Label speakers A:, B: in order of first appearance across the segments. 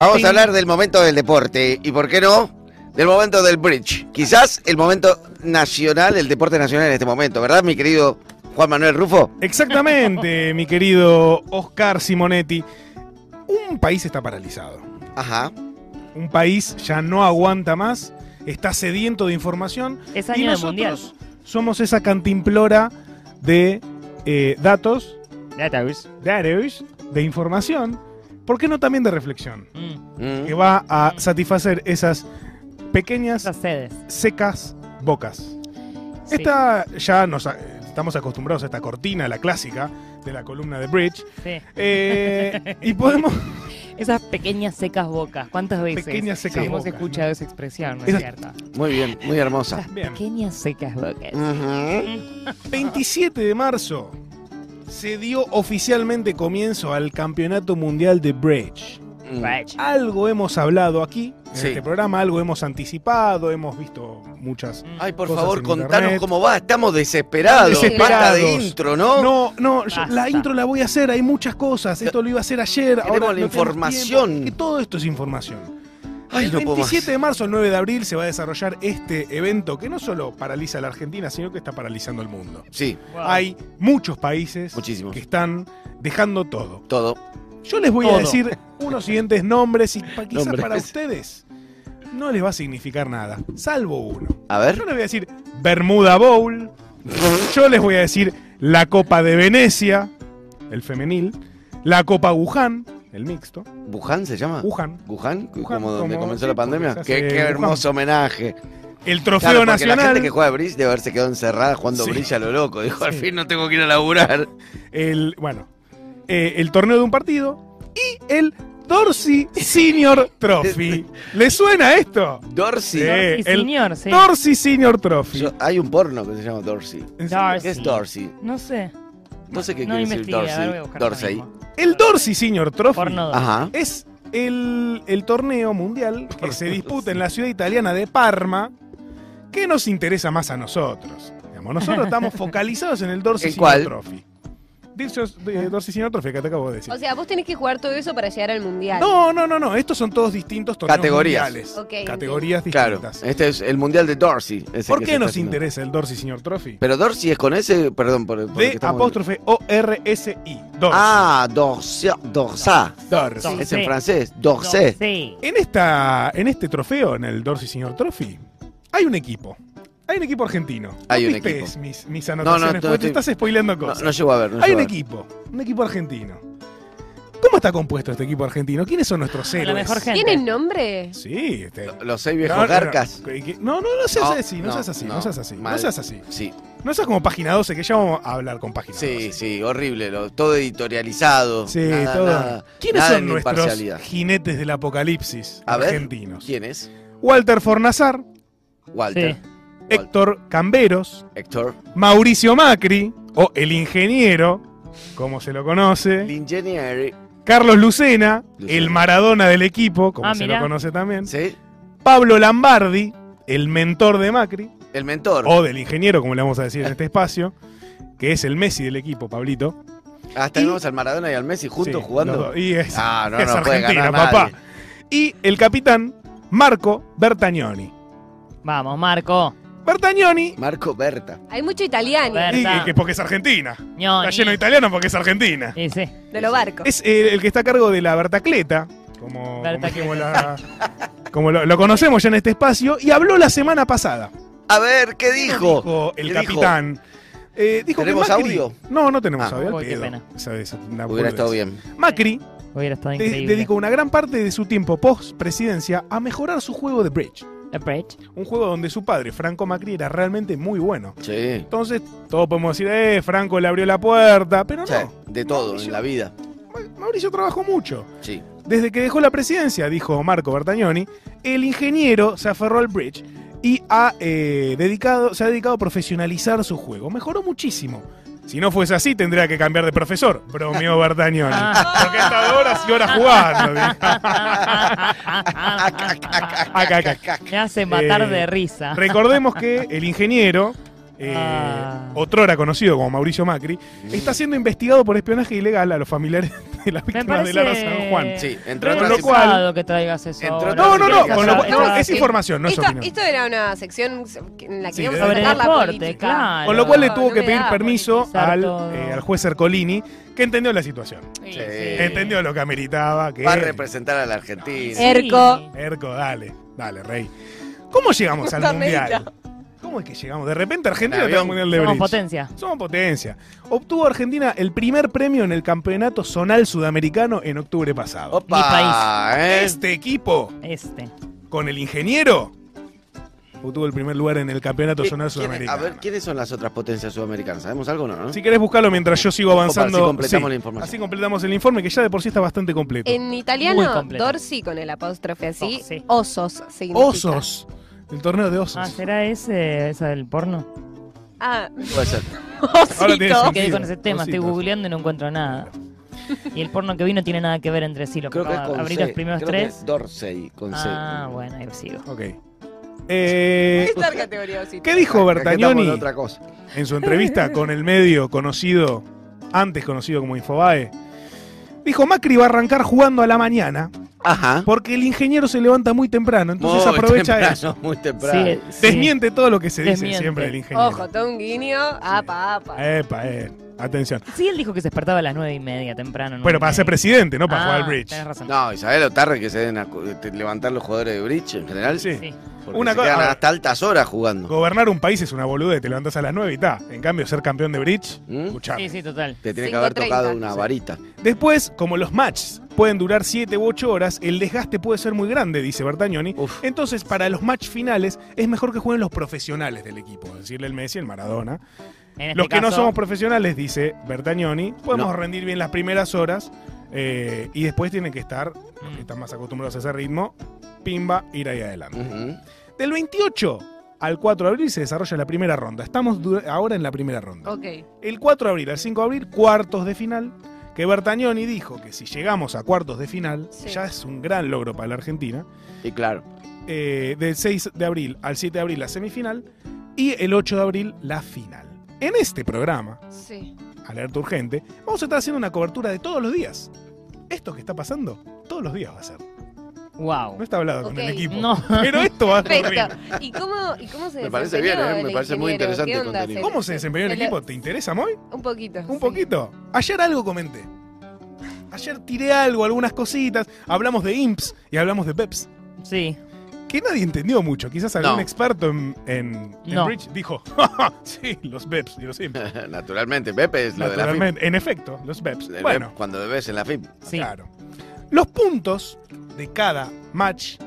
A: Vamos a hablar del momento del deporte y, ¿por qué no? Del momento del bridge. Quizás el momento nacional, el deporte nacional en este momento, ¿verdad, mi querido Juan Manuel Rufo?
B: Exactamente, mi querido Oscar Simonetti. Un país está paralizado.
A: Ajá.
B: Un país ya no aguanta más, está sediento de información.
C: Es
B: y
C: año de
B: nosotros
C: mundial.
B: somos esa cantimplora de eh, datos,
C: Database.
B: datos, de información. ¿Por qué no también de reflexión?
C: Mm,
A: Mm.
B: Que va a satisfacer esas pequeñas,
C: esas sedes.
B: secas bocas.
C: Sí.
B: Esta ya nos a- estamos acostumbrados a esta cortina, la clásica de la columna de Bridge.
C: Sí.
B: Eh, y podemos.
C: Esas pequeñas secas bocas. ¿Cuántas veces
B: Pequeñas secas
C: hemos
B: bocas,
C: escuchado esa expresión? ¿No es
B: Esas-
C: cierto?
A: Muy bien, muy hermosa.
B: Bien.
C: Pequeñas secas bocas.
A: Ujú.
B: 27 de marzo se dio oficialmente comienzo al Campeonato Mundial de Bridge.
A: Mm.
C: Right.
B: Algo hemos hablado aquí en
A: Sí.
B: este programa, algo hemos anticipado, hemos visto muchas.
C: Mm.
A: Ay, por
B: Cosas
A: favor,
B: en
A: contanos
B: internet.
A: cómo va. Estamos desesperados. Basta de
B: Desesperados.
A: intro, ¿no?
B: No, no, yo la
C: Basta.
B: intro la voy a hacer, hay muchas cosas. Esto lo iba a hacer ayer,
A: Queremos
B: ahora
A: la
B: no tenemos
A: información.
B: tiempo. Que todo esto es información.
A: Ay,
B: el
A: no puedo más.
B: 27 de marzo al 9 de abril se va a desarrollar este evento que no solo paraliza a la Argentina, sino que está paralizando el mundo.
A: Sí,
C: Wow.
B: Hay muchos países
A: Muchísimos.
B: que están dejando todo.
A: todo.
B: Yo les voy a
C: Todo.
B: decir unos siguientes nombres y pa- quizás
A: Nombres.
B: para ustedes no les va a significar nada, salvo uno.
A: A
B: Yo
A: ver.
B: les voy a decir Bermuda Bowl, yo les voy a decir la Copa de Venecia, el femenil, la Copa Wuhan, el mixto,
A: ¿Buján se llama?
B: Wuhan,
A: ¿Buján?
B: Wuhan,
A: ¿Como donde
B: como-
A: comenzó
B: sí,
A: la
B: porque
A: pandemia?
B: se hace
A: Qué, qué
B: Wuhan.
A: hermoso homenaje.
B: el Trofeo
A: Claro, porque
B: Nacional.
A: la gente que juega bridge debe haberse quedado encerrada jugando
B: Sí.
A: bridge a lo loco. Dijo, al
B: Sí.
A: fin no tengo que ir a laburar.
B: el, bueno, eh, el torneo de un partido y el Dorsey Senior Trophy. ¿Le suena esto?
A: Dorsey.
C: Dorsey
B: Sí. eh, el
C: Senior, sí.
B: Dorsey Senior Trophy.
A: Yo- hay un porno que se llama Dorsey.
C: Dorsey.
A: ¿Qué es Dorsey?
C: No sé.
A: No sé qué
C: no
A: quiere decir
C: investigué. a ver, voy
A: Dorsey.
C: a buscar ahora
A: Dorsey.
C: mismo.
B: El Dorsey Senior Trophy
C: Porno Dorsey.
A: Ajá.
B: es el, el torneo mundial que se disputa en la ciudad italiana de Parma, que nos interesa más a nosotros. Digamos, nosotros estamos focalizados en el Dorsey
A: ¿En
B: Senior
A: cuál?
B: Trophy. Dichos- de- Dorsey Senior Trophy, que te acabo de decir.
D: O sea, vos tenés que jugar todo eso para llegar al mundial.
B: no, no, no, no. Estos son todos distintos torneos
A: Categorías.
B: mundiales.
D: Ok,
B: Categorías
A: Claro.
B: distintas.
A: Este es el mundial de Dorsey. ese
B: ¿Por
A: que
B: qué
A: se está
B: nos
A: haciendo.
B: interesa el Dorsey Senior Trophy?
A: Pero Dorsey es con ese, perdón, por, por lo que
B: D
A: estamos-
B: apóstrofe O-R-S-I. Dorsey.
A: Ah, Dorsey. Dorsa.
B: Dorsey.
C: Dorsey.
A: Es en francés. Dorsey.
C: Sí.
B: En, esta, en este trofeo, en el Dorsey Senior Trophy, hay un equipo. Hay un equipo argentino.
A: Hay
B: no
A: un
B: pistees
A: equipo.
B: Mis, mis anotaciones,
A: No, no, no,
B: porque te
A: estoy-
B: estás spoileando
A: No,
B: cosas.
A: no llego a ver. no
B: hay
A: llego a
B: un
A: ver.
B: equipo. Un equipo argentino. ¿Cómo está compuesto este equipo argentino? ¿Quiénes son nuestros
C: La
B: héroes?
C: mejor gente.
D: ¿Tienen nombre?
B: Sí, este.
A: Los seis viejos
B: no, no,
A: garcas.
B: No, que- no, no, no seas
A: No,
B: así, no,
A: no,
B: seas así, no,
A: no,
B: seas así, no
A: mal.
B: seas así.
A: Sí,
B: No seas como página 12, que ya vamos a hablar con página 12.
A: sí, sí, horrible. lo- todo editorializado.
B: Sí,
A: nada,
B: todo.
A: nada-
B: ¿Quiénes
A: nada
B: son
A: en
B: nuestros
A: imparcialidad.
B: jinetes del apocalipsis
A: A ver,
B: argentinos?
A: ¿Quién es?
B: Walter Fornazar,
A: Walter.
C: Sí.
A: Wal-
B: Héctor Camberos,
A: Héctor.
B: Mauricio Macri, o el ingeniero, como se lo conoce,
A: L'Ingenieri.
B: Carlos Lucena,
A: Lucena.
B: el Maradona del equipo, como
C: Ah,
B: se
C: mirá.
B: lo conoce también,
A: ¿Sí?
B: Pablo Lambardi, el mentor de Macri,
A: El mentor.
B: o del ingeniero, como le vamos a decir en este espacio, que es el Messi del equipo, Pablito.
A: Hasta
B: y-
A: tenemos Ah, al Maradona y al Messi juntos
B: Sí, los
A: jugando.
B: dos. Y es,
A: Ah, no,
B: es
A: no puede
B: Argentina,
A: ganar
B: papá.
A: nadie.
B: Y el capitán, Marco Bertagnoni.
C: Vamos, Marco.
B: Bertagnoni,
A: Marco Berta.
D: Hay mucho italiano
C: Berta.
B: y- y que porque es argentina.
C: Ñoni.
B: Está lleno de italianos porque es argentina.
C: Sí, sí.
D: de los barcos.
B: Es eh, el que está a cargo de la Bertacleta, como,
C: Bertacleta.
B: como dijimos la- como lo, lo conocemos ya en este espacio, y habló la semana pasada.
A: A ver, ¿qué dijo?
B: el
A: Oh, ¿Qué
B: capitán. Eh, dijo que
A: ¿Tenemos
B: Macri-
A: audio?
B: No, no tenemos
A: Ah.
B: audio. al
C: Uy, qué
B: pedo.
C: pena.
B: Esa es una
A: Hubiera
B: boludez.
A: estado bien.
B: Macri
C: Hubiera estado
B: de-
C: increíble.
B: dedicó una gran parte de su tiempo post-presidencia a mejorar su juego de bridge.
C: The Bridge.
B: Un juego donde su padre, Franco Macri, era realmente muy bueno.
A: Sí.
B: Entonces, todos podemos decir, eh, Franco le abrió la puerta, pero
A: Sí,
B: no.
A: de todo, en la vida.
B: Ma- Mauricio trabajó mucho.
A: Sí.
B: Desde que dejó la presidencia, dijo Marco Bertagnoni, el ingeniero se aferró al bridge y ha, eh, dedicado, se ha dedicado a profesionalizar su juego. Mejoró muchísimo. Si no fuese así, tendría que cambiar de profesor, bromeó Bertagnoni.
C: Ah.
B: Porque está de horas y horas jugando. dijo.
C: ah,
B: Acá, acá.
C: Me hace matar
B: Eh,
C: de risa.
B: Recordemos que el ingeniero, eh,
C: Ah.
B: otrora conocido como Mauricio Macri, está siendo investigado por espionaje ilegal a los familiares de las
C: Me
B: víctimas
C: parece...
B: de Lara San Juan.
C: Eh,
A: Sí, entre
C: Entre
B: Con lo
A: otras.
B: cual-
C: que traigas eso.
A: entre
C: ahora.
A: otras
B: No, no, no,
A: Esa-
B: con lo cual- no,
A: esa-
B: es información, no es
D: esto,
B: opinión.
D: esto era una sección en la que
B: Sí,
D: íbamos a
C: sobre
D: sacar la
C: deporte,
D: política.
C: claro.
B: Con lo cual le
D: No,
B: tuvo
D: no
B: que
D: me
B: pedir
D: da
B: permiso
C: politizar
B: al,
C: todo.
B: eh, al juez Ercolini, que entendió la situación.
D: Sí.
A: Sí.
B: Entendió lo que ameritaba. Que
A: Va a representar a la Argentina.
D: Eh, Erco.
B: Erco, dale, dale, rey. ¿Cómo llegamos al
D: Torneito.
B: mundial? ¿Cómo es que llegamos? De repente Argentina
A: En
B: está en el
A: avión.
B: mundial de
C: Somos
B: bridge.
C: potencia.
B: Somos potencia. Obtuvo Argentina el primer premio en el campeonato zonal sudamericano en octubre pasado.
A: Opa, ¿eh?
B: Este equipo,
C: Este.
B: con el ingeniero, obtuvo el primer lugar en el campeonato
A: ¿Quién- quién-
B: zonal
A: a
B: sudamericano.
A: ver, ¿quiénes son las otras potencias sudamericanas? ¿Sabemos algo o no? no?
B: Si querés buscarlo mientras yo sigo avanzando.
A: Así completamos
B: sí,
A: la información.
B: Así completamos el informe, que ya de por sí está bastante completo.
D: En
C: Muy
D: italiano,
C: completo. Oh,
D: Dorsi con el apóstrofe así,
C: Dorsi.
D: osos significa.
B: Osos. El torneo de osos.
C: Ah, ¿será ese, esa del porno?
D: Ah,
A: Puede ser.
B: Ahora tiene
D: osito.
B: sentido.
C: Quedé con ese tema, estoy
B: Ositos.
C: googleando y no encuentro nada. Y el porno que vi no tiene nada que ver entre sí. Lo que
A: Creo que es
C: acabo
A: con
C: de Ah, abrir
A: C,
C: los primeros
A: creo que
C: tres.
A: es Dorsey con C.
C: Ah, bueno, ahí sigo.
B: Ok. Eh,
D: Esta categoría osito.
B: ¿Qué dijo
A: Acá estamos en
B: Bertagnoni
A: otra cosa.
B: en su entrevista con el medio conocido, antes conocido como Infobae? Dijo, Macri va a arrancar jugando a la mañana
A: Ajá.
B: porque el ingeniero se levanta muy temprano, Pues, entonces
A: Muy
B: aprovecha
A: temprano,
B: eso.
A: Muy temprano.
C: Sí, sí.
B: Desmiente todo lo que se dice
C: Desmiente.
B: siempre del ingeniero.
D: Ojo, todo un guiño. Apa, apa.
B: Epa, eh. Atención.
C: Sí, él dijo que se despertaba a las nueve y media temprano.
B: Bueno, para ser presidente,
D: Ah,
B: no para jugar al bridge.
C: bridge. Tenés razón.
A: No, y sabés lo tarde que se deben acu- te- levantar los jugadores de bridge en general.
B: Sí.
C: Sí.
A: Porque
B: Una
A: se
B: cosa-
A: quedan
B: a ver.
A: hasta altas horas jugando.
B: Gobernar un país es una boluda, te levantas a las 9 y ta. En cambio, ser campeón de bridge,
A: ¿Mm?
B: escuchame.
C: sí, sí, total.
A: Te tiene que haber
D: 5:30.
A: tocado una varita.
B: Después, como los matches pueden durar 7 u 8 horas, el desgaste puede ser muy grande, dice Bertagnoni.
A: Uf.
B: Entonces, para los match finales, es mejor que jueguen los profesionales del equipo, es decir, el Messi, el Maradona.
C: En este
B: los que no
C: caso,
B: somos profesionales, dice Bertagnoni, podemos
A: No.
B: rendir bien las primeras horas eh, y después tienen que estar, los
C: Mm.
B: que están más acostumbrados a ese ritmo, pimba, ir ahí adelante.
A: Ujú.
B: Del 28 al 4 de abril se desarrolla la primera ronda. Estamos du- ahora en la primera ronda.
D: Ok.
B: El 4 de abril al 5 de abril, cuartos de final. Que Bertagnoni dijo que si llegamos a cuartos de final,
D: Sí.
B: ya es un gran logro para la Argentina.
A: Y claro.
B: Eh, del 6 de abril al 7 de abril, la semifinal. Y el 8 de abril, la final. En este programa,
D: Sí.
B: Alerta Urgente, vamos a estar haciendo una cobertura de todos los días. Esto que está pasando, todos los días va a ser.
C: Wow.
B: No está hablado con
D: Ok.
B: el equipo.
C: No.
B: Pero esto va a ocurrir.
D: Perfecto. ¿Y cómo, ¿Y cómo se
A: Me parece
D: desempeñó
A: bien, ¿eh?
D: el
A: Me parece muy
D: ingeniero?
A: interesante
D: ¿Qué
A: el
D: onda?
A: contenido.
B: ¿Cómo se desempeñó el
D: El-
B: equipo? ¿Te interesa, Moy?
D: Un poquito.
B: Un
D: sí.
B: poquito. Ayer algo comenté. Ayer tiré algo, algunas cositas. Hablamos de IMPS y hablamos de PEPS.
C: Sí.
B: Que nadie entendió mucho. Quizás algún
A: No.
B: experto en, en, en
C: No.
B: Bridge dijo, "Ja, ja, sí, los BEPS y los IMPS.
A: Naturalmente, Pepe es lo de la FIP.
B: Naturalmente, en efecto, los BEPS.
A: El
B: bueno,
A: Pep Cuando debes en la FIP.
C: Sí.
B: claro. Los puntos de cada match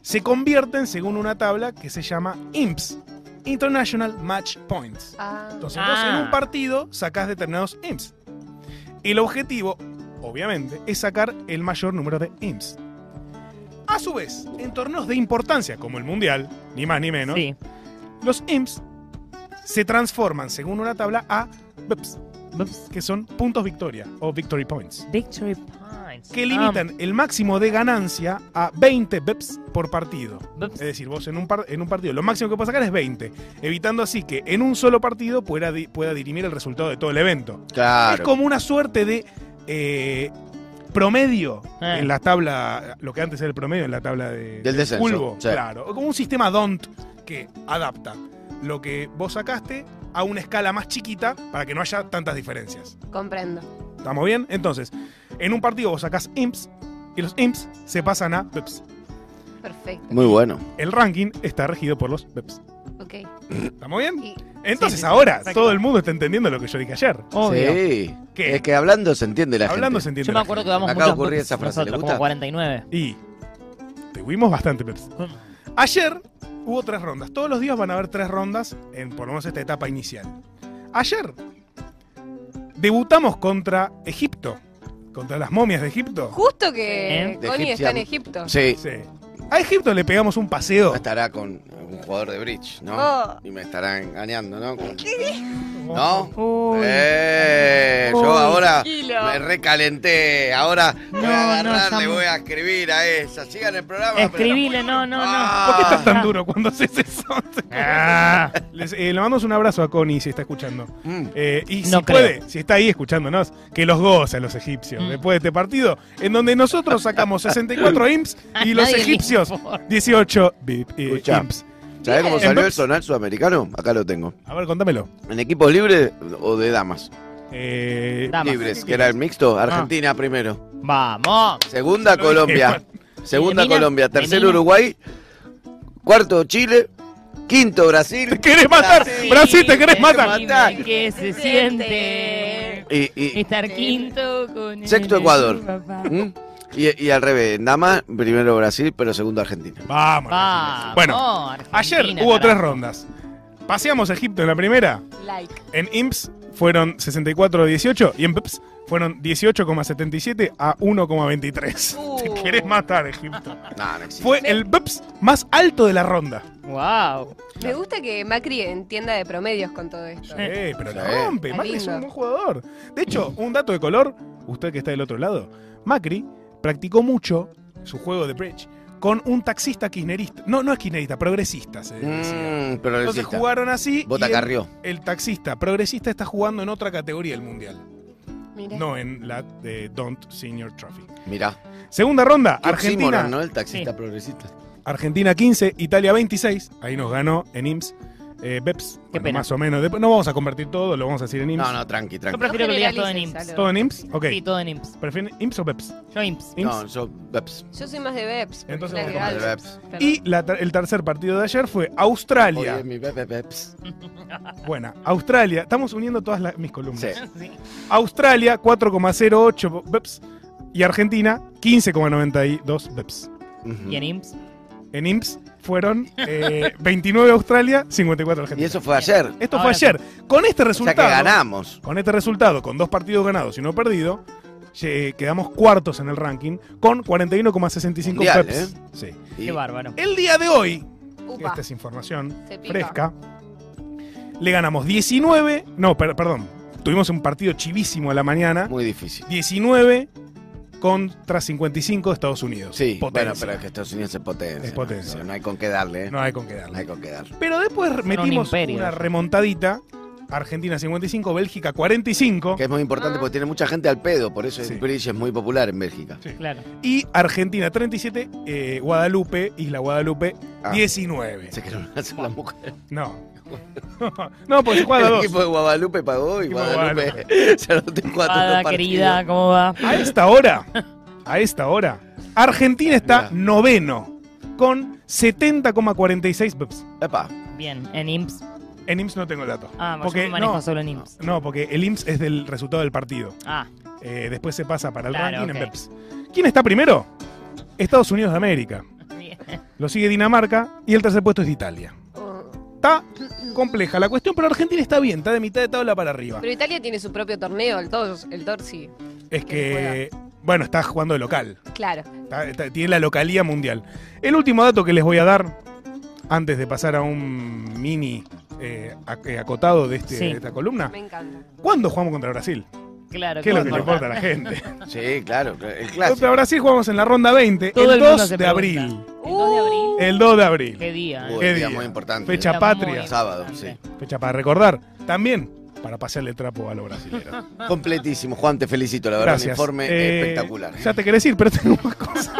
B: se convierten según una tabla que se llama IMPS, International Match Points.
D: Ah.
B: Entonces vos
C: Ah.
B: en un partido sacás determinados IMSS. El objetivo, obviamente, es sacar el mayor número de IMSS. A su vez, en torneos de importancia como el Mundial, ni más ni menos,
C: Sí.
B: los IMSS se transforman, según una tabla, a BEPS,
C: Ups.
B: que son puntos victoria o victory points,
C: Victory Points.
B: que
C: Ah,
B: limitan el máximo de ganancia a 20 BEPS por partido.
C: ups.
B: Es decir, vos en un, par- en un partido lo máximo que puedes sacar es 20, evitando así que en un solo partido pueda, di- pueda dirimir el resultado de todo el evento. Es
A: Claro.
B: como una suerte de eh, promedio
C: Eh.
B: en la tabla, lo que antes era el promedio en la tabla de,
A: Del descenso,
B: Fulvo,
A: sí.
B: claro. Como un sistema DONT que adapta lo que vos sacaste a una escala más chiquita para que no haya tantas diferencias.
D: Comprendo.
B: ¿Estamos bien? Entonces, en un partido vos sacás IMPS y los IMPS se pasan a BEPS.
D: Perfecto.
A: Muy bueno.
B: El ranking está regido por los BEPS.
D: Ok.
B: ¿Estamos bien?
D: Y-
B: Entonces
C: sí, sí,
B: ahora
C: exacto.
B: todo el mundo está entendiendo lo que yo dije ayer.
C: Obvio.
A: Sí.
B: ¿Qué?
A: Es que hablando se entiende la
B: Hablando se
A: gente.
B: entiende.
C: Yo me
B: la
C: acuerdo que
B: gente.
C: vamos
A: Acá
C: muchas
A: ocurría
C: veces
A: esa frase, ¿le
C: nosotros,
A: gusta?
C: como 49.
B: Y tuvimos bastante Peps. Ayer hubo tres rondas. Todos los días van a haber tres rondas en por lo menos esta etapa inicial. Ayer debutamos contra Egipto, contra las momias de Egipto.
D: Justo que
A: De
D: Connie está en
A: Egipto.
D: Egipto.
A: Sí.
B: Sí. A Egipto le pegamos un paseo.
A: Estará con un un jugador de bridge, ¿no?
D: Oh.
A: Y me estará engañando, ¿no?
B: Oh.
A: ¿No?
C: Uy.
A: Eh, yo
C: Uy,
A: ahora
D: tranquilo.
A: me recalenté. Ahora voy
C: No,
A: a
C: no,
A: agarrar, le
C: estamos-
A: voy a escribir a esa. Sigan el programa. pero-
C: Escribile, no, no, no.
B: ¿Por qué estás tan
C: Ah.
B: duro cuando haces eso?
C: Ah.
B: Les, eh, le mandamos un abrazo a Connie si está escuchando.
A: Mm.
B: Eh, y si
C: No creo.
B: puede, si está ahí escuchándonos, que los goza los egipcios
C: Mm.
B: después de este partido, en donde nosotros sacamos 64 imps y
C: A
B: los
C: nadie le
B: egipcios 18 bi- eh,
A: Escuchá.
B: imps.
A: ¿Sabés cómo
D: Bien.
A: salió el
B: Entonces-
A: zonal sudamericano? Acá lo tengo.
B: A ver, contámelo.
A: ¿En equipos libres o de damas?
B: Eh,
C: Damas. Ah.
A: Libres, que era el mixto. Argentina primero.
C: Vamos.
A: Segunda
B: Lo dije,
A: Colombia. Segunda
C: Mina,
A: Colombia. Tercero
C: Mina.
A: Uruguay. Cuarto Chile. Quinto Brasil.
B: ¡Te querés matar!
A: Brasil.
B: ¡Brasil, te querés
C: Sí,
B: matar!
C: dime ¿Qué se siente?
D: siente.
A: Y, y-
C: Estar quinto con
A: Sexto
C: el-
A: Ecuador.
C: papá.
A: ¿Mm? Y- y al revés, en damas, primero Brasil, pero segundo Argentina.
B: Vamos.
C: Vamos,
B: Bueno, ayer
C: Argentina,
B: hubo tres
C: carajo.
B: rondas. Paseamos a Egipto en la primera.
D: Like.
B: En imps fueron 64-18 y en peps fueron 18,77 a 1,23.
D: Uh.
B: Te querés matar, Egipto.
A: No, no existe.
B: Fue el peps más alto de la ronda.
C: Wow.
D: Me gusta que Macri entienda de promedios con todo esto.
B: Eh, pero
A: Sí.
B: la rompe.
D: Está
B: Macri es
D: lindo.
B: un buen jugador. De hecho, un dato de color, usted que está del otro lado, Macri practicó mucho su juego de bridge con un taxista kirchnerista. No, no es kirchnerista, progresista se decía.
A: Mm,
B: Entonces
A: progresista.
B: jugaron así.
A: Bota
B: y el-
A: Carrió.
B: el taxista progresista está jugando en otra categoría del mundial.
D: Mirá.
B: No en la de Don't Senior Trophy.
A: Mirá.
B: Segunda ronda,
A: Qué
B: Argentina.
A: oxímoron, ¿no? El taxista
C: Sí.
A: progresista.
B: Argentina 15, Italia 26. Ahí nos ganó en IMSS. Eh, Beps, bueno,
C: pena.
B: más o menos. Después- no vamos a convertir todo, lo vamos a decir en IMSS.
A: No, no, tranqui,
C: Yo
A: tranqui.
C: prefiero que digas todo en
D: generalices,
C: IMSS.
D: Aló.
B: ¿Todo en IMSS? Ok.
C: Sí, todo en IMSS.
B: ¿Prefieren IMSS o Beps?
C: Yo IMSS.
B: IMSS.
A: No, yo. Beps.
D: Yo soy más de Beps. porque
B: Entonces
D: la
B: vamos
D: legal.
A: con el Beps.
D: Perdón.
B: Y la ter- el tercer partido de ayer fue Australia.
A: Oye, mi Bepe Beps.
B: Buena, Australia. Estamos uniendo todas las- mis columnas.
A: Sí.
C: Sí.
B: Australia 4,08 Beps. Y Argentina 15,92 Beps.
A: Ujú.
C: Y en IMSS.
B: en IMSS fueron eh, 29 Australia,
A: Y
B: 54 Argentina.
A: eso fue ayer.
B: Esto fue
C: Ahora sí.
B: ayer. Con este
A: Ah, O sea
B: resultado,
A: que ganamos.
B: con este resultado, con dos partidos ganados y uno perdido, ye- quedamos cuartos en el ranking con 41,65
A: Mundial,
B: peps.
A: ¿eh?
B: Sí.
A: Y-
C: Qué bárbaro.
B: El día de hoy,
D: Upa,
B: esta es información
D: se pica.
B: fresca, le ganamos 19, no, per- perdón, tuvimos un partido chivísimo a la mañana,
A: Muy difícil.
B: 19 contra 55 de Estados Unidos.
A: Sí,
B: Potencia.
A: bueno, pero es que Estados Unidos es potencia.
B: Es potencia.
A: No, no hay con qué darle, ¿eh?
B: No hay con qué darle.
A: No hay con qué darle.
B: Pero después metimos
C: imperio.
B: una remontadita. Argentina 55, Bélgica 45.
A: Que es muy importante porque tiene mucha gente al pedo, por eso
B: Sí.
A: el bridge es muy popular en Bélgica.
C: Claro.
B: Y Argentina 37, eh, Guadalupe, Isla Guadalupe
A: Ah.
B: 19.
A: Se quedaron a hacer la mujer.
B: No. no, porque se juega a
A: El
B: dos.
A: equipo de Guadalupe pagó y
B: Equipo de
A: Guadalupe se anotó en cuatro
C: Pada,
A: partidos.
C: querida, ¿cómo va?
B: A esta hora, a esta hora, Argentina está
A: Mirá.
B: noveno con 70,46 peps.
A: Epa,
C: Bien, en IMSS.
B: En IMSS no tengo el dato.
C: Ah, porque
B: porque
C: yo me manejo
B: no,
C: solo en IMSS.
B: no, porque el IMSS es del resultado del partido.
C: Ah,
B: Eh, después se pasa para el
C: Claro,
B: ranking en
C: ok.
B: peps. ¿Quién está primero? Estados Unidos de América.
C: bien.
B: Lo sigue Dinamarca y el tercer puesto es de Italia.
D: Oh.
B: Está compleja la cuestión, pero Argentina está bien, está de mitad de tabla para arriba.
D: Pero Italia tiene su propio torneo, el, tor el Torsi.
B: Es que, bueno, está jugando de local,
D: Claro.
B: está- está- tiene la localía mundial. El último dato que les voy a dar, antes de pasar a un mini eh, a- eh, acotado de, este-
C: Sí.
B: de esta columna,
D: Me encanta.
B: ¿cuándo jugamos contra Brasil?
C: Claro,
B: ¿Qué es lo que le
C: ¿cómo va?
B: importa a la gente?
A: sí, claro, el
B: Contra
A: clásico.
B: Brasil jugamos en la ronda 20,
C: Todo
B: el
C: el mundo
B: 2
C: se
B: de
C: pregunta.
B: abril.
C: El 2 de abril.
D: Uh.
B: El 2 de abril.
C: Qué día. ¿eh?
A: Uy,
B: ¿Qué
A: día
B: día?
A: muy importante.
B: Fecha
A: ¿eh?
C: Está
B: patria.
C: muy
A: Sábado,
C: importante.
B: Fecha para recordar. También para pasarle trapo a los brasileños.
A: Completísimo, Juan, te felicito, la verdad, un informe
B: Eh,
A: espectacular.
B: Ya te querés ir, pero tengo más cosas.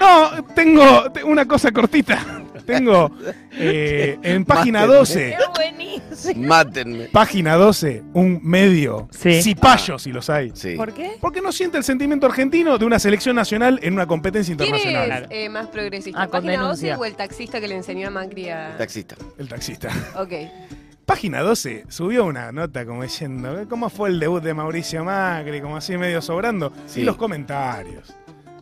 B: no, tengo te- una cosa cortita. Tengo eh, en página
A: Mátenme.
B: 12,
C: buenísimo.
A: Mátenme.
B: página 12, un medio
C: Sí.
B: cipayo si los hay.
A: Sí.
D: ¿Por qué?
B: Porque no siente el sentimiento argentino de una selección nacional en una competencia
D: ¿Quién
B: internacional.
D: es eh, más progresista?
C: Ah, con
D: ¿Página 12
C: denuncia.
D: o el taxista que le enseñó a Macri a.?
A: Taxista.
B: El taxista.
D: Ok.
B: Página 12 subió una nota como diciendo ¿eh? cómo fue el debut de Mauricio Macri, como así medio sobrando,
A: Sí.
B: y los comentarios.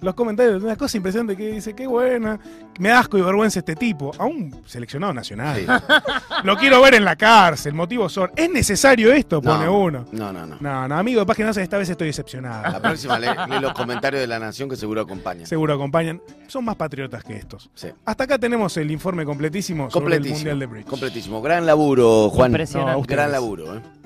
B: los comentarios, una cosa impresionante que dice, qué buena, me da asco y vergüenza este tipo, a un seleccionado nacional.
A: Sí.
B: Lo quiero ver en la cárcel, motivos son, ¿es necesario esto?
A: No.
B: Pone uno.
A: No, no, no.
B: No, no, amigo, de Página 12 esta vez estoy decepcionado.
A: La próxima lee, lee los comentarios de la Nación que seguro acompañan.
B: Seguro acompañan. Son más patriotas que estos.
A: Sí.
B: Hasta acá tenemos el informe completísimo, sobre el
A: Completísimo.
B: Mundial de Bridge.
A: Completísimo. Gran laburo, Juan.
C: Impresionante.
B: No, a ustedes.
A: Gran laburo, ¿eh?